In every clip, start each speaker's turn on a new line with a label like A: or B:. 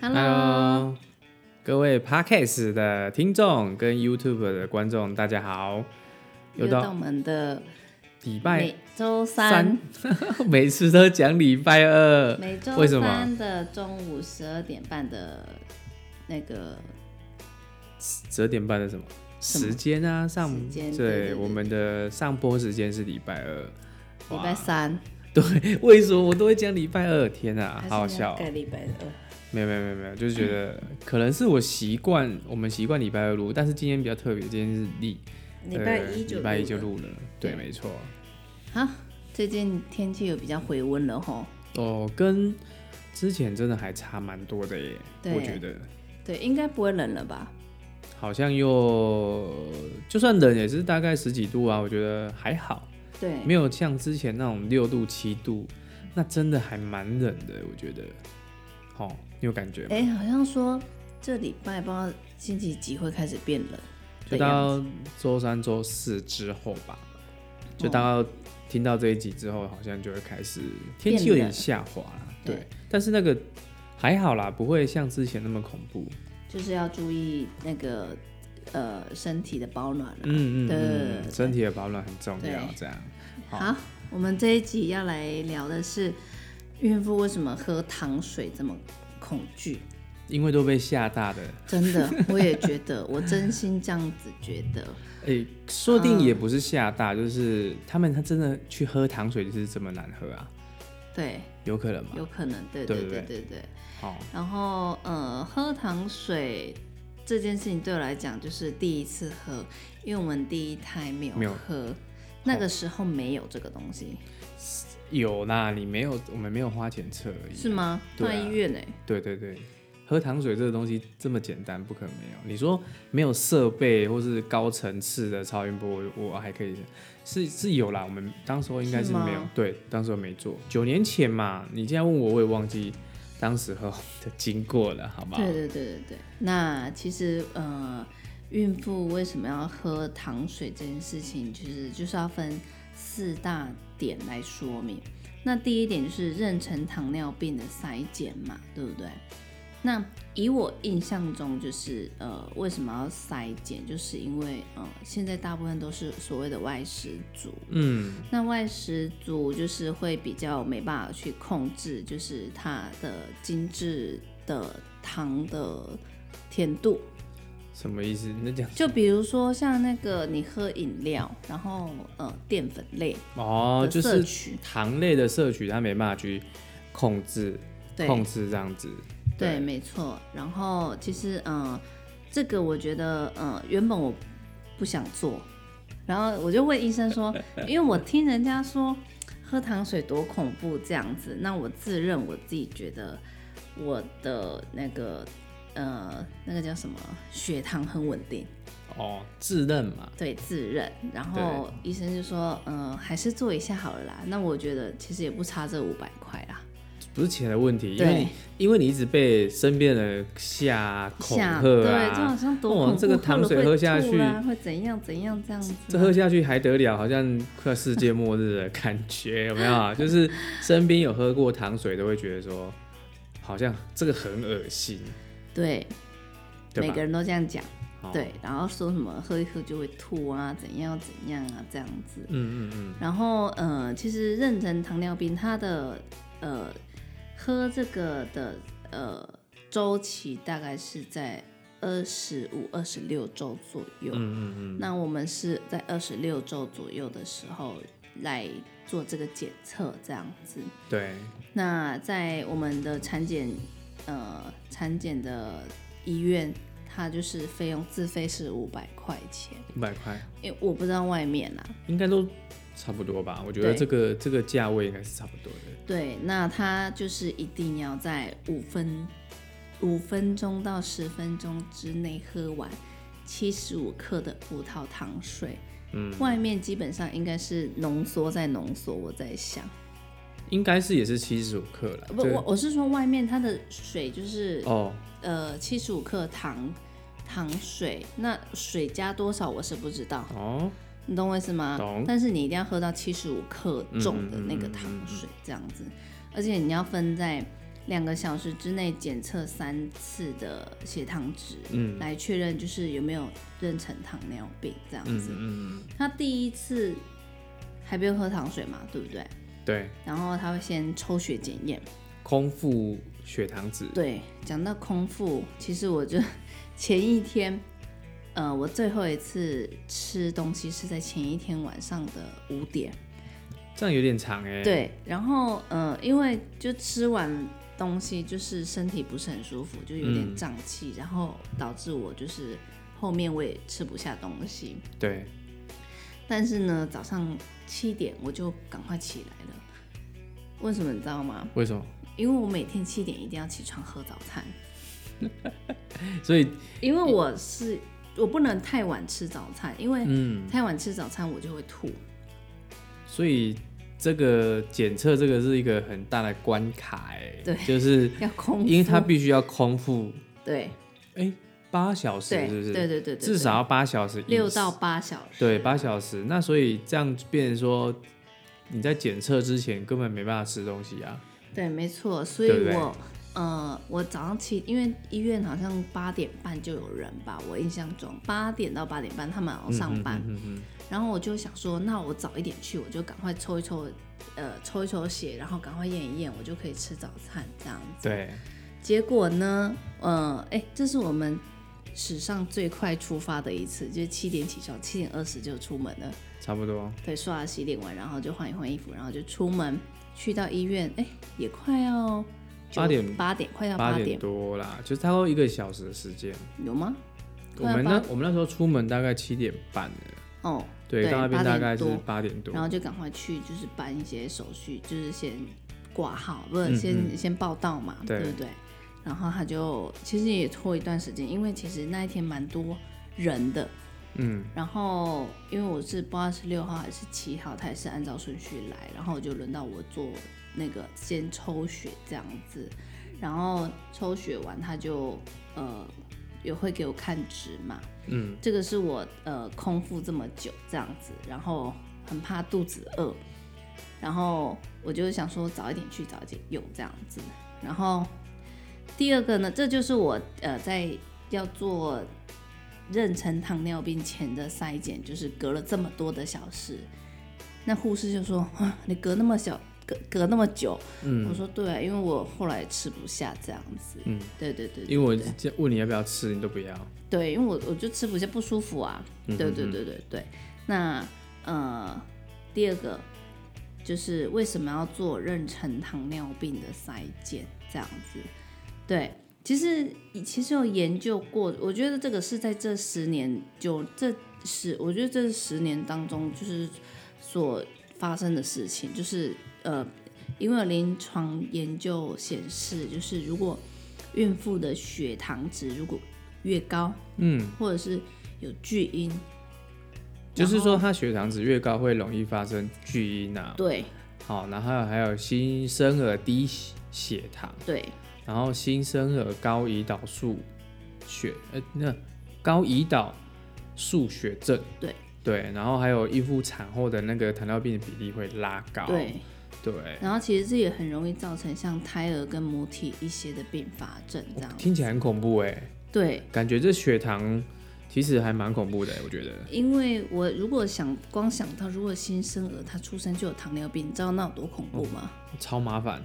A: Hello，
B: 各位 Podcast 的听众跟 YouTube 的观众，大家好！
A: 又
B: 又到
A: 到我们的
B: 礼拜
A: 每周三，，
B: 每次都讲礼拜二，
A: 每周
B: 为什么
A: 三的中午十二点半的那个
B: 十二点半的什么
A: 什么
B: 时间啊？上
A: 时间对对
B: 对
A: 对
B: 我们的上播时间是礼拜二，
A: 礼拜三，
B: 对，为什么我都会讲礼拜二？天啊
A: 还，是
B: 好好
A: 你要
B: 笑哦！
A: 改礼拜二，
B: 没有没有没有没有，就是觉 得可能是我习惯，我们习惯礼拜二录，但是今天比较特别，今天是礼
A: 礼拜
B: 呃
A: 一就
B: 礼拜一
A: 录
B: 就
A: 了
B: 录了，对，
A: 对
B: 没错。
A: 好，最近天气有比较回温了吼。
B: 哦，跟之前真的还差蛮多的耶，
A: 对
B: 我觉得
A: 对，应该不会冷了吧？
B: 好像又就算冷也是大概十几度啊，我觉得还好，
A: 对，
B: 没有像之前那种六度七度，那真的还蛮冷的，我觉得。好、你有感觉吗？
A: 哎、好像说这礼拜不知道星期几会开始变冷，
B: 就到周三、周四之后吧，就
A: 哦
B: 到听到这一集之后，好像就会开始天气有点下滑啦。
A: 变冷
B: 对，但是那个还好啦，不会像之前那么恐怖。
A: 就是要注意那个呃身体的保暖了。
B: 嗯嗯
A: 对对对
B: 嗯，身体的保暖很重
A: 对
B: 要。这样，
A: 好，我们这一集要来聊的是孕妇为什么喝糖水这么恐 惧。
B: 因为都被吓大的，
A: 真的，我也觉得，我真心这样子觉得。
B: 诶，说不定
A: 嗯
B: 也不是吓大，就是他们他真的去喝糖水就是这么难喝啊，
A: 对，
B: 有可能吗？
A: 有可能，对
B: 对
A: 对
B: 不
A: 对
B: 对
A: 对对。
B: 哦，
A: 然后呃，喝糖水这件事情对我来讲就是第一次喝，因为我们第一胎没
B: 没
A: 有
B: 有
A: 喝，那个时候没有这个东西，
B: 有啦，你没有，我们没有花钱测而已。
A: 是吗？
B: 对啊
A: 在医院呢、欸
B: 对对对，喝糖水这个东西这么简单，不可能没有。你说没有设备或是高层次的超音波，我我还可以是是有啦。我们当时候应该是没
A: 是
B: 有
A: 吗，
B: 对，当时候没做。九年前嘛，你现在问我，我也忘记当时候的经过了，好不好？
A: 对对对对对。那其实呃，孕妇为什么要喝糖水这件事情，就是就是要分四大点来说明。那第一点就是妊娠糖尿病的筛检嘛，对不对？那以我印象中，就是呃，为什么要筛检，就是因为呃，现在大部分都是所谓的外食族，
B: 嗯，
A: 那外食族就是会比较没办法去控制，就是它的精致的糖的甜度。
B: 什么意思？你在讲
A: 就比如说像那个你喝饮料，然后呃淀粉类
B: 哦，
A: 的
B: 就
A: 摄
B: 是
A: 取，
B: 糖类的摄取，它没办法去控制，控
A: 对
B: 制这样子。
A: 对，没错。然后其实嗯、呃这个我觉得嗯、呃原本我不想做，然后我就问医生说，因为我听人家说喝糖水多恐怖这样子，那我自认我自己觉得我的那个呃那个叫什么血糖很稳定，
B: 哦，自认嘛，
A: 对，自认。然后医生就说，嗯、还是做一下好了啦。那我觉得其实也不差这五百块啦。
B: 不是钱的问题，因为
A: 对
B: 你因为你一直被身边的人吓恐
A: 下
B: 吓
A: 对，这好
B: 啊，
A: 像多
B: 哦
A: 恐怖，
B: 这个糖水喝下
A: 了会吐
B: 去
A: 啦会怎样怎样这样子啊。
B: 这喝下去还得了？好像快世界末日的感觉，有没有啊？就是身边有喝过糖水都会觉得说，好像这个很恶心，
A: 对，
B: 对
A: 每
B: 吧
A: 个？人都这样讲。
B: 哦，
A: 对，然后说什么喝一喝就会吐啊，怎样怎样啊这样子。
B: 嗯嗯嗯，
A: 然后呃，其实妊娠糖尿病它的呃喝这个的呃周期大概是在二十五、二十六周左右。
B: 嗯嗯
A: 那我们是在二十六周左右的时候来做这个检测，这样子。
B: 对，
A: 那在我们的产检，呃，产检的医院，它就是费用自费是五百块钱，
B: 五百块
A: 因为我不知道外面啦。
B: 应该都差不多吧？我觉得
A: 对
B: 这个这个价位应该是差不多的。
A: 对，那它就是一定要在五分五分钟到十分钟之内喝完七十五克的葡萄糖水。嗯，外面基本上应该是浓缩再浓缩，我在想。
B: 应该是也是七十五克了，
A: 不，
B: 这
A: 我我是说外面它的水就是、
B: 哦，
A: 呃七十五克糖糖水，那水加多少我是不知道，
B: 哦，
A: 你懂我意思吗？
B: 懂
A: 但是你一定要喝到七十五克重的那个
B: 嗯嗯嗯嗯
A: 糖水这样子，而且你要分在两个小时之内检测三次的血糖值，
B: 嗯
A: 来确认就是有没有妊娠糖尿病这样
B: 嗯
A: 子。
B: 嗯，
A: 他第一次还不用喝糖水嘛，对不对？
B: 嗯对，
A: 然后他会先抽血检验。
B: 空腹血糖值，
A: 对，讲到空腹，其实我就 前一天，呃，我最后一次吃东西是在前一天晚上的五点。
B: 这样有点长哎、，
A: 对，然后呃，因为就吃完东西，就是身体不是很舒服，就有点
B: 嗯
A: 胀气，然后导致我就是后面我也吃不下东西。
B: 对，
A: 但是呢，早上七点我就赶快起来了。为什么你知道吗？
B: 为什么？
A: 因为我每天七点一定要起床喝早餐。
B: 所以
A: 因为我是我不能太晚吃早餐，因为
B: 嗯，
A: 太晚吃早餐我就会吐。
B: 所以这个检测这个是一个很大的关卡哎、
A: 对
B: 就是
A: 要空腹，
B: 因为它必须要空腹
A: 对
B: 哎八、小时
A: 对
B: 是不是？
A: 对对对对，
B: 至少嗯要八小时以，
A: 六到八小时。
B: 对，八小时。那所以这样变成说，你在检测之前根本没办法吃东西啊。
A: 对，没错。所以
B: 对不对
A: 我呃，我早上七，因为医院好像八点半就有人吧，我印象中八点到八点半他们好像上班，
B: 嗯嗯
A: 然后我就想说，那我早一点去，我就赶快抽一抽。呃，抽一抽血，然后赶快验一验，我就可以吃早餐这样子。
B: 对，
A: 结果呢，呃，哎，这是我们史上最快出发的一次，就是七点起床，七点二十就出门了。
B: 差不多。
A: 对，刷牙洗脸完，然后就换一换衣服，然后就出门去到医院，哎，也快要
B: 八点
A: 八点，快要
B: 八
A: 八
B: 点多啦，就是差不多一个小时的时间。
A: 有吗？
B: 我
A: 快要
B: 们
A: 八
B: 那我们那时候出门大概七点半了，
A: 哦，
B: 对，
A: 对
B: 到那边大概是
A: 8点多
B: 八点多
A: 然。后就赶快去，就是办一些手续，就是先挂号，不是、
B: 嗯
A: 先先报到嘛，
B: 对
A: 不对？然后他就其实也拖一段时间，因为其实那一天蛮多人的，
B: 嗯，
A: 然后因为我是不知道是六号还是七号，他也是按照顺序来，然后我就轮到我做那个先抽血这样子，然后抽血完他就呃也会给我看值嘛，
B: 嗯，
A: 这个是我呃空腹这么久这样子，然后很怕肚子饿，然后我就想说早一点去早一点用这样子，然后第二个呢，这就是我呃在要做妊娠糖尿病前的筛检，就是隔了这么多的小时，那护士就说啊，你隔那么小，隔隔那么久，
B: 嗯
A: 我说对啊、因为我后来吃不下这样子，
B: 嗯，
A: 对对对对
B: 因为我
A: 对
B: 这问你要不要吃，你都不要。
A: 对，因为我我就吃不下不舒服啊。
B: 嗯
A: 对
B: 哼
A: 对对对对。那呃，第二个就是为什么要做妊娠糖尿病的筛检这样子？对，其实其实有研究过，我觉得这个是在这十年就这十，我觉得这十年当中就是所发生的事情，就是呃，因为有临床研究显示，就是如果孕妇的血糖值如果越高，
B: 嗯，
A: 或者是有巨婴，
B: 就是说它血糖值越高，会容易发生巨婴啊。
A: 对
B: 好，然后还有新生儿低血血糖。
A: 对
B: 然后新生儿高胰岛素血，呃，那高胰岛素血症，
A: 对
B: 对，然后还有孕妇产后的那个糖尿病的比例会拉高，
A: 对，
B: 对
A: 然后其实这也很容易造成像胎儿跟母体一些的并发症这样。
B: 听起来很恐怖哎，
A: 对，
B: 感觉这血糖其实还蛮恐怖的，我觉得，
A: 因为我如果想光想到，如果新生儿他出生就有糖尿病，你知道那有多恐怖吗？
B: 超麻烦，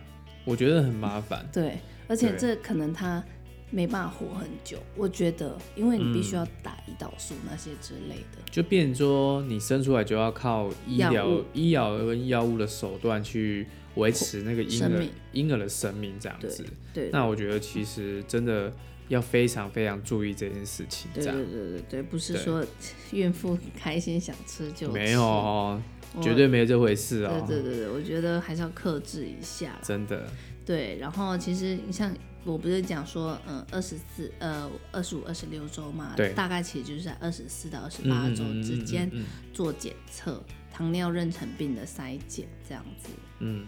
B: 我觉得很麻烦，
A: 对，而且
B: 对
A: 这可能他没办法活很久，我觉得，因为你必须
B: 嗯
A: 要打胰岛素那些之类的。
B: 就变成说你生出来就要靠医
A: 药
B: 疗
A: 物、
B: 医疗跟药物的手段去维持那个婴
A: 生
B: 儿
A: 命
B: 婴儿的生命这样
A: 对
B: 子，
A: 对
B: 那我觉得其实真的要非常非常注意这件事情，
A: 对
B: 这
A: 对
B: 样
A: 对对对，不是
B: 对
A: 说 孕妇开心想吃就吃
B: 没有哦，
A: 我
B: 绝对没有这回事哦，
A: 对对对对，我觉得还是要克制一下啦。
B: 真的，
A: 对，然后其实你像我不是讲说，嗯，二十四呃二十五二十六周嘛，
B: 对嗯
A: 大概其实就是在二十四到二十八周之间
B: 嗯，嗯嗯
A: 做检测，糖尿妊娠病的筛检这样子。
B: 嗯，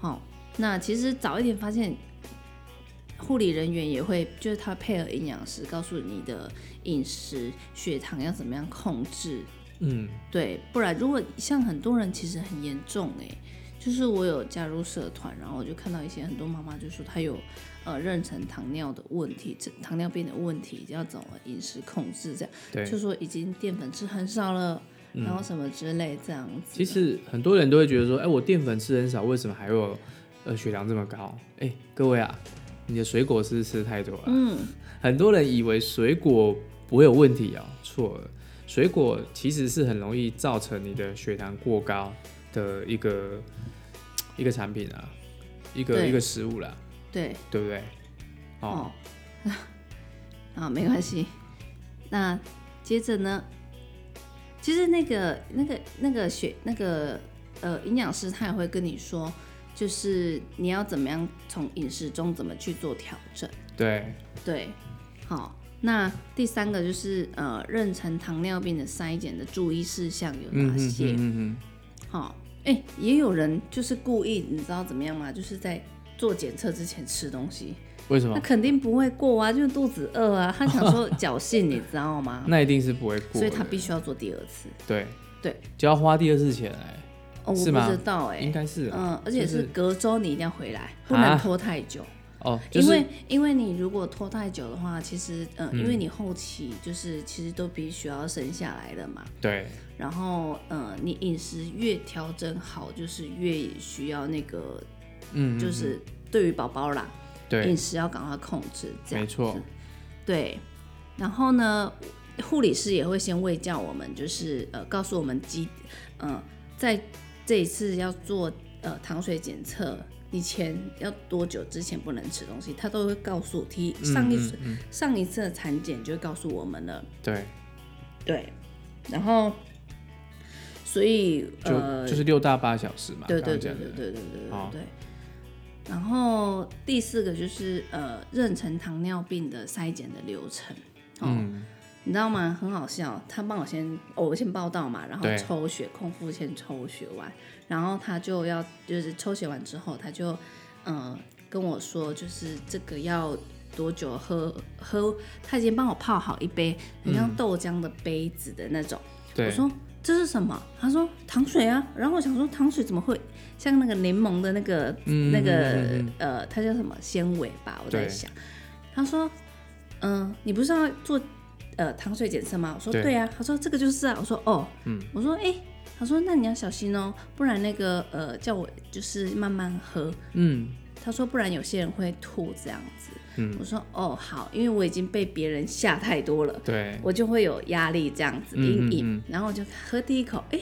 A: 好、那其实早一点发现，护理人员也会，就是他配合营养师告诉你的饮食、血糖要怎么样控制，
B: 嗯嗯
A: 对，不然如果像很多人其实很严重哎、就是我有加入社团，然后我就看到一些很多妈妈就说她有呃妊娠糖尿的问题，这糖尿病的问题要怎么饮食控制这样，
B: 对，嗯
A: 就说已经淀粉吃很少了，然后什么之类这样子。
B: 其实很多人都会觉得说，哎、我淀粉吃很少，为什么还会有呃血糖这么高？哎、各位啊，你的水果是不是吃太多了。
A: 嗯，
B: 很多人以为水果不会有问题哦，错了，水果其实是很容易造成你的血糖过高的一个一个产品啊，一个
A: 对
B: 一个食物啦，
A: 对，
B: 对不对？哦，
A: 哦，啊，没关系。那接着呢，其实那个那个那个学那个呃营养师他也会跟你说，就是你要怎么样从饮食中怎么去做调整。
B: 对，
A: 对，好。那第三个就是呃妊娠糖尿病的筛检的注意事项有
B: 嗯
A: 哪
B: 哼
A: 些？
B: 嗯哼嗯
A: 好，哎、也有人就是故意，你知道怎么样吗？就是在做检测之前吃东西。
B: 哼，为什
A: 那
B: 么？
A: 肯定不会过啊，就是肚子饿啊，他想 说侥幸，你知道吗？
B: 那一定是嗯不会过
A: 所
B: 的，
A: 以他必须要做第二次。
B: 对
A: 对，
B: 就要花第二次钱哎、
A: 哦，我不
B: 是吗
A: 知道哎、
B: 应该是啊、
A: 嗯，而且
B: 就是
A: 是隔周你一定要回来，不
B: 啊
A: 能拖太久，
B: 哦，就是
A: 因为因为你如果拖太久的话，其实嗯，因为你后期就是其实都必须要生下来了嘛，
B: 对
A: 然后嗯，你饮食越调整好，就是越需要那个，
B: 嗯嗯
A: 就是对于宝宝啦，饮
B: 对，
A: 食要赶快控制，这样
B: 没错
A: 子，对，然后呢，护理师也会先喂教我们，就是呃，告诉我们几，呃，在这一次要做呃糖水检测以前要多久之前不能吃东西，他都会告诉提
B: 嗯
A: 上一次、上一次的产检就会告诉我们了，
B: 对，
A: 对，然后所以
B: 就、
A: 呃，
B: 就是六大八小时嘛，
A: 对
B: 刚
A: 对
B: 刚
A: 对
B: 讲的
A: 对对对对对
B: 哦
A: 对对。然后第四个就是呃，妊娠糖尿病的筛检的流程。哦、
B: 嗯，
A: 你知道吗？很好笑，他帮我先，哦、我先报道嘛，然后
B: 对
A: 抽血，空腹先抽血完，然后他就要就是抽血完之后，他就嗯、呃跟我说，就是这个要多久喝喝，他已经帮我泡好一杯很像
B: 嗯
A: 豆浆的杯子的那种，我
B: 对，
A: 说这是什么？他说糖水啊。然后我想说糖水怎么会像那个柠檬的那个、
B: 嗯
A: 那个
B: 嗯嗯嗯
A: 呃，它叫什么纤维吧？我在
B: 对
A: 想。他说，嗯、你不是要做呃糖水检测吗？我说
B: 对
A: 对啊。他说这个就是啊。我说哦，
B: 嗯
A: 我说哎、他说那你要小心哦，不然那个呃叫我就是慢慢喝。
B: 嗯
A: 他说不然有些人会吐这样子。
B: 嗯
A: 我说哦好，因为我已经被别人吓太多了。
B: 对，
A: 我就会有压力这样子
B: 嗯
A: 阴影，
B: 嗯嗯
A: 然后我就喝第一口，哎、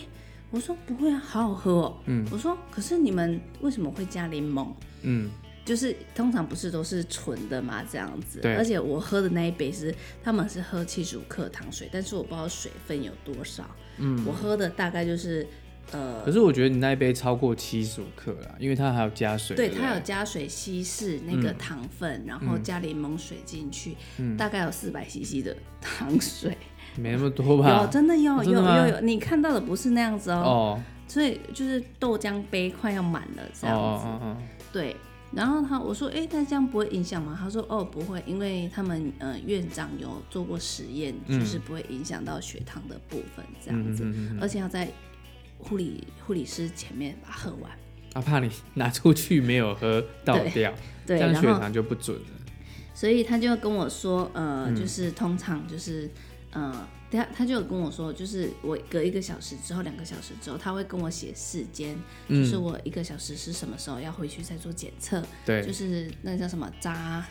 A: 我说不会啊，好好喝哦，
B: 嗯
A: 我说可是你们为什么会加柠檬？
B: 嗯
A: 就是通常不是都是纯的嘛，这样子
B: 对。
A: 而且我喝的那一杯是他们是喝七十五克糖水，但是我不知道水分有多少。嗯，我喝的大概就是呃
B: 可，是我觉得你那一杯超过七十五克啦，因为它还有加水。
A: 对，
B: 不
A: 它有加水稀释那
B: 嗯
A: 个糖分，然后加柠檬水进去，大概有四百 CC 的糖水。
B: 没那么多
A: 有
B: 吧？
A: 真的有
B: 哦真的
A: 有
B: 吗
A: 有有，你看到的不是那样子
B: 哦
A: 所以就是豆浆杯快要满了
B: 哦
A: 这样子，
B: 哦哦，
A: 对。然后他我说，哎、那这样不会影响吗？他说，哦，不会，因为他们呃院长有做过实验，
B: 嗯
A: 就是不会影响到血糖的部分这样子，而且要在护理护理师前面把它喝完。
B: 他啊怕你 拿出去没有喝倒掉，这
A: 对，
B: 样
A: 然
B: 血
A: 后
B: 糖就不准了。
A: 所以他就跟我说，呃，
B: 嗯
A: 就是通常就是，呃，他他就有跟我说，就是我隔一个小时之后、两个小时之后，他会跟我写时间，
B: 嗯
A: 就是我一个小时是什么时候要回去再做检测，就
B: 对，
A: 是那叫什么扎，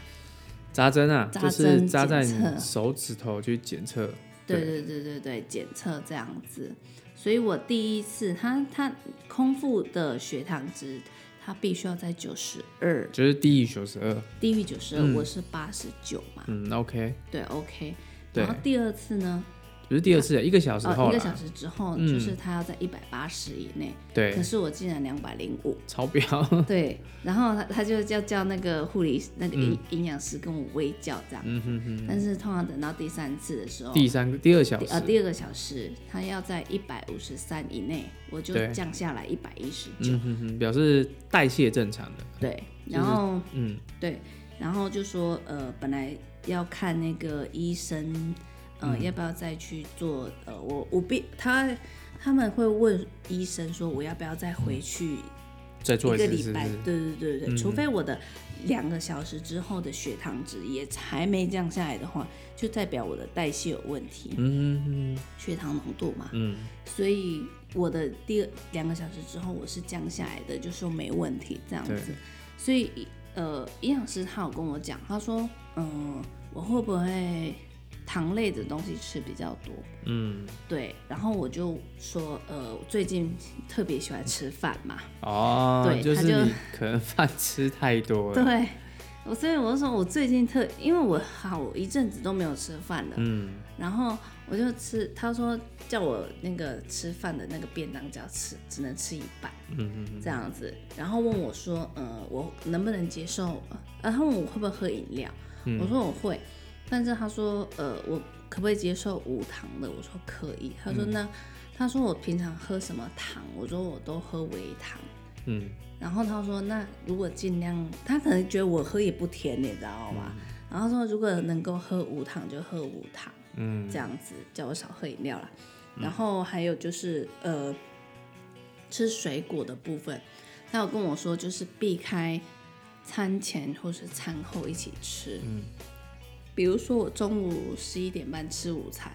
B: 扎针啊，
A: 扎
B: 就
A: 针
B: 是扎在
A: 检测
B: 你手指头去检测。
A: 对对对对对，检测这样子。所以我第一次，他他空腹的血糖值，他必须要在九十二，
B: 就是低于九十二。
A: 低于九十二，我是八十九嘛，
B: 嗯，OK，
A: 对，OK。
B: 对
A: 然后第二次呢，
B: 就是第二次一个小时
A: 哦，
B: 后
A: 一个小
B: 啦，
A: 时之后，
B: 嗯
A: 就是他要在一百八十以内，可
B: 对，
A: 是我竟然两百零五，
B: 超标。
A: 对，然后他他就叫叫那个护理那个营营养师跟我微叫这样，
B: 嗯哼哼，
A: 但是通常等到第三次的时候，
B: 第三个第二小
A: 第
B: 时
A: 呃，第二个小时，他要在一百五十三以内，我就
B: 对
A: 降下来一百一十九，
B: 嗯哼哼，表示代谢正常的。
A: 对，然后
B: 嗯，
A: 对，然后就说呃，本来要看那个医生，呃，
B: 嗯
A: 要不要再去做呃，我我必他他们会问医生说我要不要再回去
B: 再嗯做
A: 一个
B: 次是
A: 礼
B: 不
A: 拜
B: 是，？嗯
A: 对对对对，除非我的两个小时之后的血糖值也还没降下来的话，就代表我的代谢有问题，
B: 嗯嗯
A: 血糖浓度嘛。
B: 嗯
A: 所以我的第二两个小时之后我是降下来的，就说没问题这样
B: 对
A: 子。所以呃，营养师他有跟我讲，他说，嗯，我会不会糖类的东西吃比较多？
B: 嗯，
A: 对，然后我就说，呃，我最近特别喜欢吃饭嘛，
B: 哦，
A: 对
B: 就
A: 他
B: 是
A: 就
B: 你可能饭吃太多了，
A: 对，我所以我就说我最近特，因为我好一阵子都没有吃饭了，
B: 嗯，
A: 然后我就吃，他说叫我那个吃饭的那个便当只要吃只能吃一半，
B: 嗯嗯嗯，
A: 这样子，然后问我说，呃，我能不能接受？呃，他问我会不会喝饮料，
B: 嗯
A: 我说我会，但是他说，呃，我可不可以接受无糖的？我说可以。他
B: 嗯
A: 说那，他说我平常喝什么糖？我说我都喝微糖。
B: 嗯
A: 然后他说，那如果尽量，他可能觉得我喝也不甜，你知道吗？然后说如果能够喝无糖就喝无糖，
B: 嗯
A: 这样子叫我少喝饮料啦。然后还有就是呃，吃水果的部分，他有跟我说就是避开餐前或是餐后一起吃。
B: 嗯，
A: 比如说我中午十一点半吃午餐，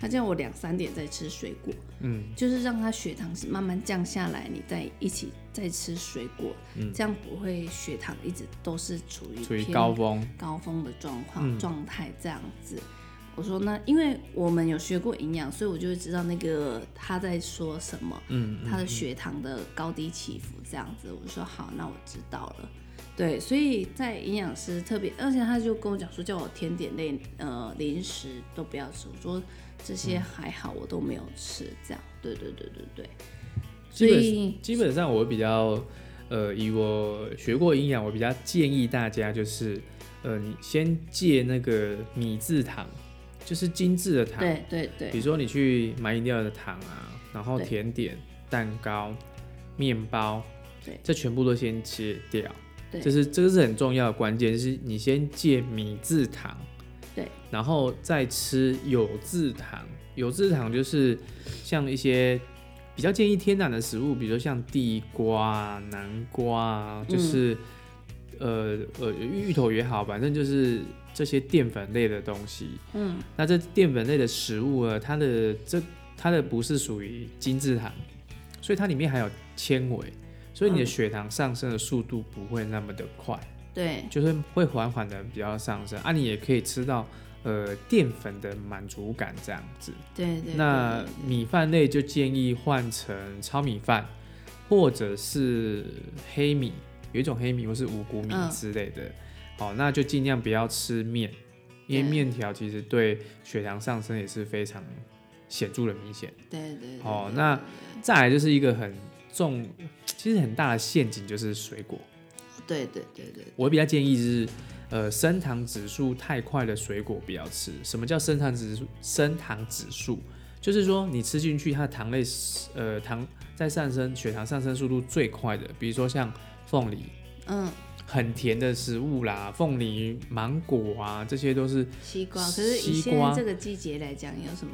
A: 他叫我两三点再吃水果，
B: 嗯
A: 就是让他血糖慢慢降下来，你再一起再吃水果，这样不会血糖一直都是处于
B: 嗯处于
A: 偏
B: 高峰，
A: 高峰的状况、
B: 嗯
A: 状态这样子。我说那因为我们有学过营养，所以我就会知道那个他在说什么，
B: 嗯
A: 他的血糖的高低起伏这样子。我说好，那我知道了。对，所以在营养师特别，而且他就跟我讲说，叫我甜点类呃零食都不要吃。我说这些还好，我都没有吃。这样，对对对对对。所
B: 基本
A: 以，
B: 基本上我比较，呃，以我学过营养，我比较建议大家就是，呃，你先戒那个米字糖，就是精致的糖，
A: 对对对
B: 比如说你去买饮料的糖啊，然后
A: 对
B: 甜点、蛋糕、面包，
A: 对
B: 这全部都先戒掉。
A: 对
B: 这是这个是很重要的关键，是你先戒米字糖，
A: 对，
B: 然后再吃有字糖。有字糖就是像一些比较建议天然的食物，比如说像地瓜啊、南瓜啊，
A: 嗯
B: 就是、呃呃芋头也好，反正就是这些淀粉类的东西。
A: 嗯，
B: 那这淀粉类的食物呢，它的这它的不是属于精制糖，所以它里面含有纤维，所
A: 嗯
B: 以你的血糖上升的速度不会那么的快，
A: 对
B: 就是会缓缓的比较上升。啊，你也可以吃到呃淀粉的满足感这样子。
A: 对对。
B: 那
A: 对
B: 米饭类就建议换成糙米饭，或者是黑米，有一种黑米或是五谷米
A: 嗯
B: 之类的。好，那就尽量不要吃面，因为
A: 对
B: 面条其实对血糖上升也是非常显著的明显。
A: 对对对
B: 哦
A: 对
B: 那
A: 对对
B: 再来就是一个很重，其实很大的陷阱就是水果。
A: 对对对对，
B: 我比较建议是，呃，升糖指数太快的水果不要吃。什么叫升糖指数？升糖指数就是说你吃进去它的糖类是，呃，糖在上升，血糖上升速度最快的，比如说像凤梨，
A: 嗯，
B: 很甜的食物啦，凤梨、芒果啊，这些都是
A: 西瓜。可是以
B: 西
A: 现在
B: 瓜
A: 这个季节来讲，有什么？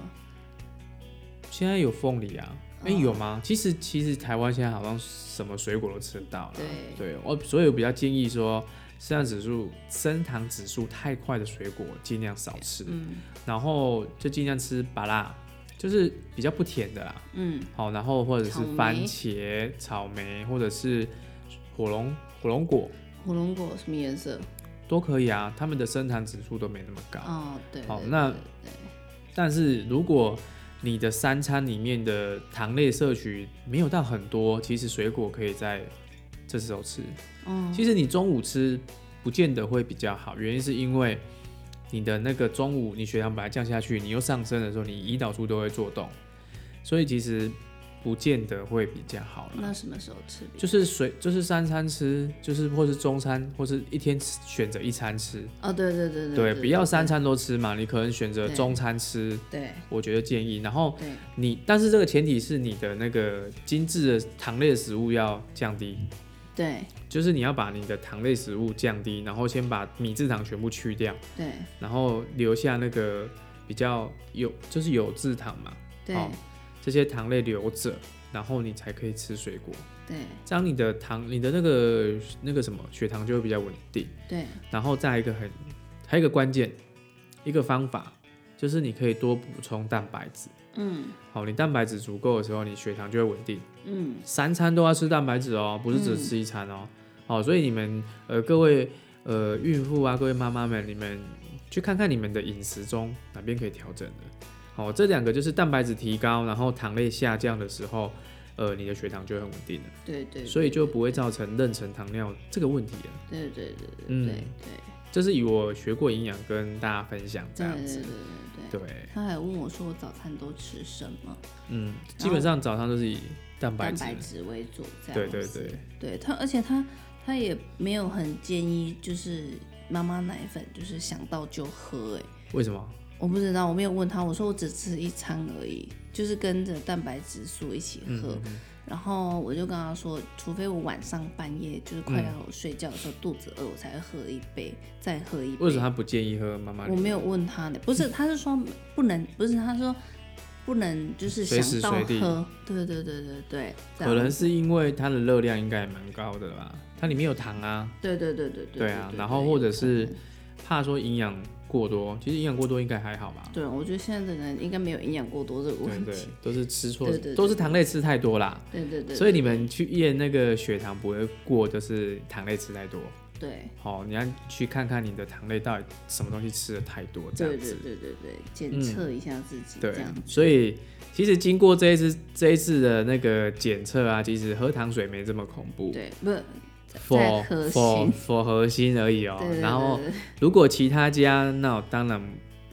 B: 现在有凤梨啊。哎、
A: 哦
B: 有吗？其实其实台湾现在好像什么水果都吃得到了。
A: 对
B: 我所以我比较建议说，升糖指数升糖指数太快的水果尽量少吃。
A: 嗯
B: 然后就尽量吃芭辣，就是比较不甜的啦。
A: 嗯，
B: 好，然后或者
A: 草
B: 是
A: 莓
B: 番茄、草莓，或者是火龙火龙果
A: 火龙果什么颜色？
B: 都可以啊，它们的升糖指数都没那么高。
A: 哦，对。
B: 好
A: 对
B: 那
A: 对对
B: 但是如果你的三餐里面的糖类摄取没有到很多，其实水果可以在这时候吃。
A: 嗯，
B: 其实你中午吃不见得会比较好，原因是因为你的那个中午你血糖本来降下去，你又上升的时候，你胰岛素都会做动，所以其实不见得会比较好了。
A: 那什么时候吃？
B: 就是水，就是三餐吃，就是或是中餐，或是一天吃选择一餐吃，
A: 哦，对对对对
B: 对，
A: 对，
B: 不要三餐都吃嘛，你可能选择
A: 对
B: 中餐吃，
A: 对。
B: 我觉得建议。然后
A: 对
B: 你，但是这个前提是你的那个精致的糖类的食物要降低，
A: 对
B: 就是你要把你的糖类食物降低，然后先把米字糖全部去掉，
A: 对
B: 然后留下那个比较有就是有字糖嘛，
A: 对
B: 好这些糖类留着，然后你才可以吃水果。
A: 对
B: 这样你的糖，你的那个那个什么血糖就会比较稳定。
A: 对
B: 然后再一个很，还有一个关键，一个方法就是你可以多补充蛋白质。
A: 嗯
B: 好，你蛋白质足够的时候，你血糖就会稳定。
A: 嗯
B: 三餐都要吃蛋白质哦，不是只吃一餐哦。好，所以你们呃各位呃孕妇啊，各位妈妈们，你们去看看你们的饮食中哪边可以调整的。好，这两个就是蛋白质提高，然后糖类下降的时候，呃，你的血糖就会很稳定了，
A: 对对，
B: 所以就不会造成妊娠糖尿这个问题了。
A: 对对对对
B: 嗯
A: 对对
B: 这是以我学过营养跟大家分享这
A: 对
B: 样
A: 对对
B: 子。
A: 对对。
B: 对，
A: 他还问我说我早餐都吃什么，
B: 嗯，基本上早上都是以蛋白
A: 蛋
B: 质
A: 白，质为主，这样
B: 对对
A: 子
B: 对，
A: 对他，而且他他也没有很建议，就是妈妈奶粉就是想到就喝、哎，
B: 为什么？
A: 我不知道，我没有问他，我说我只吃一餐而已，就是跟着蛋白质素一起
B: 嗯
A: 喝。然后我就跟他说，除非我晚上半夜就是快
B: 嗯
A: 要睡觉的时候、肚子饿，我才会喝一杯，再喝一杯。
B: 为什么他不建议喝妈妈？
A: 我没有问他呢，不是，他是说不能，不是，他说不能，就是
B: 随时
A: 想到
B: 随地
A: 喝，对对对对对，这样
B: 可能是因为它的热量应该也蛮高的吧，它里面有糖啊，
A: 对对对对
B: 对啊，然后或者是怕说营养过多，其实营养过多应该还好吧，
A: 对，我觉得现在的人应该没有营养过多这个
B: 对
A: 问
B: 对
A: 题，，
B: 都是吃错
A: 对对，对
B: 都是糖类吃太多啦，
A: 对对对
B: 所以你们去验那个血糖不会过，就是糖类吃太多。
A: 对
B: 好、你要去看看你的糖类到底什么东西吃的太多，这
A: 对
B: 样
A: 对
B: 子。嗯
A: 对对对，检测一下自己
B: 对
A: 这样，子，
B: 所以其实经过这一次这一次的那个检测啊，其实喝糖水没这么恐怖。
A: 对，不是在
B: for
A: 核
B: for
A: 心
B: for 核心而已哦、
A: 对对
B: 然后
A: 对对
B: 如果其他家，那当然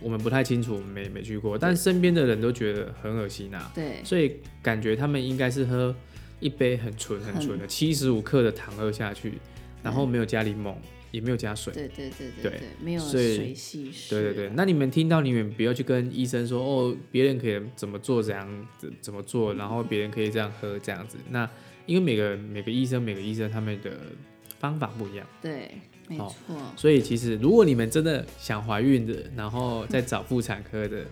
B: 我们不太清楚，我们没没去过，但身边的人都觉得很恶心啊，
A: 对
B: 所以感觉他们应该是喝一杯很纯很纯的七十五克的糖喝下去，然后没有加柠檬，也没有加水。
A: 对对对
B: 对
A: 对，没有
B: 所以
A: 水稀释，
B: 对对对，那你们听到你们不要去跟医生说哦，别人可以怎么做怎样怎怎么 做，然后别人可以这样喝这样子。那因为每个每个医生每个医生他们的方法不一样。
A: 对，没
B: 好
A: 错，
B: 所以其实如果你们真的想怀孕的，然后再找妇产 科的，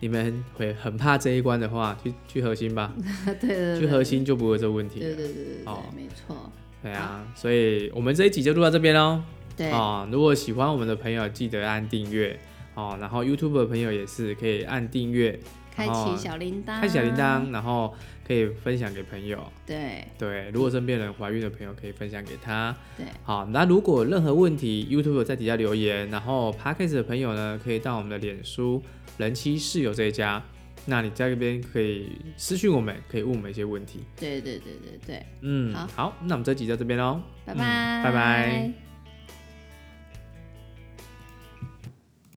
B: 你们会很怕这一关的话，去去核心吧，
A: 对对
B: 去
A: 对
B: 核心就不会有这问题
A: 对对
B: 了。
A: 对对
B: 哦
A: 对，没错，
B: 对啊，所以我们这一集就录到这边喽。
A: 对
B: 啊，如果喜欢我们的朋友，记得按订阅哦。然后 YouTube 的朋友也是可以按订阅，
A: 开启小铃铛，
B: 啊开小铃，
A: 啊
B: 铛，然后可以分享给朋友。
A: 对
B: 对，如果身边人怀孕的朋友可以分享给他。
A: 对
B: 好，那如果有任何问题，YouTube 在底下留言，然后 Podcast 的朋友呢，可以到我们的脸书人妻室友这一家，那你在这边可以私讯我们，可以问我们一些问题。
A: 对对对对对，
B: 嗯，
A: 好
B: 那我们这集就到这边喽，
A: 拜
B: 嗯
A: 拜
B: 拜拜。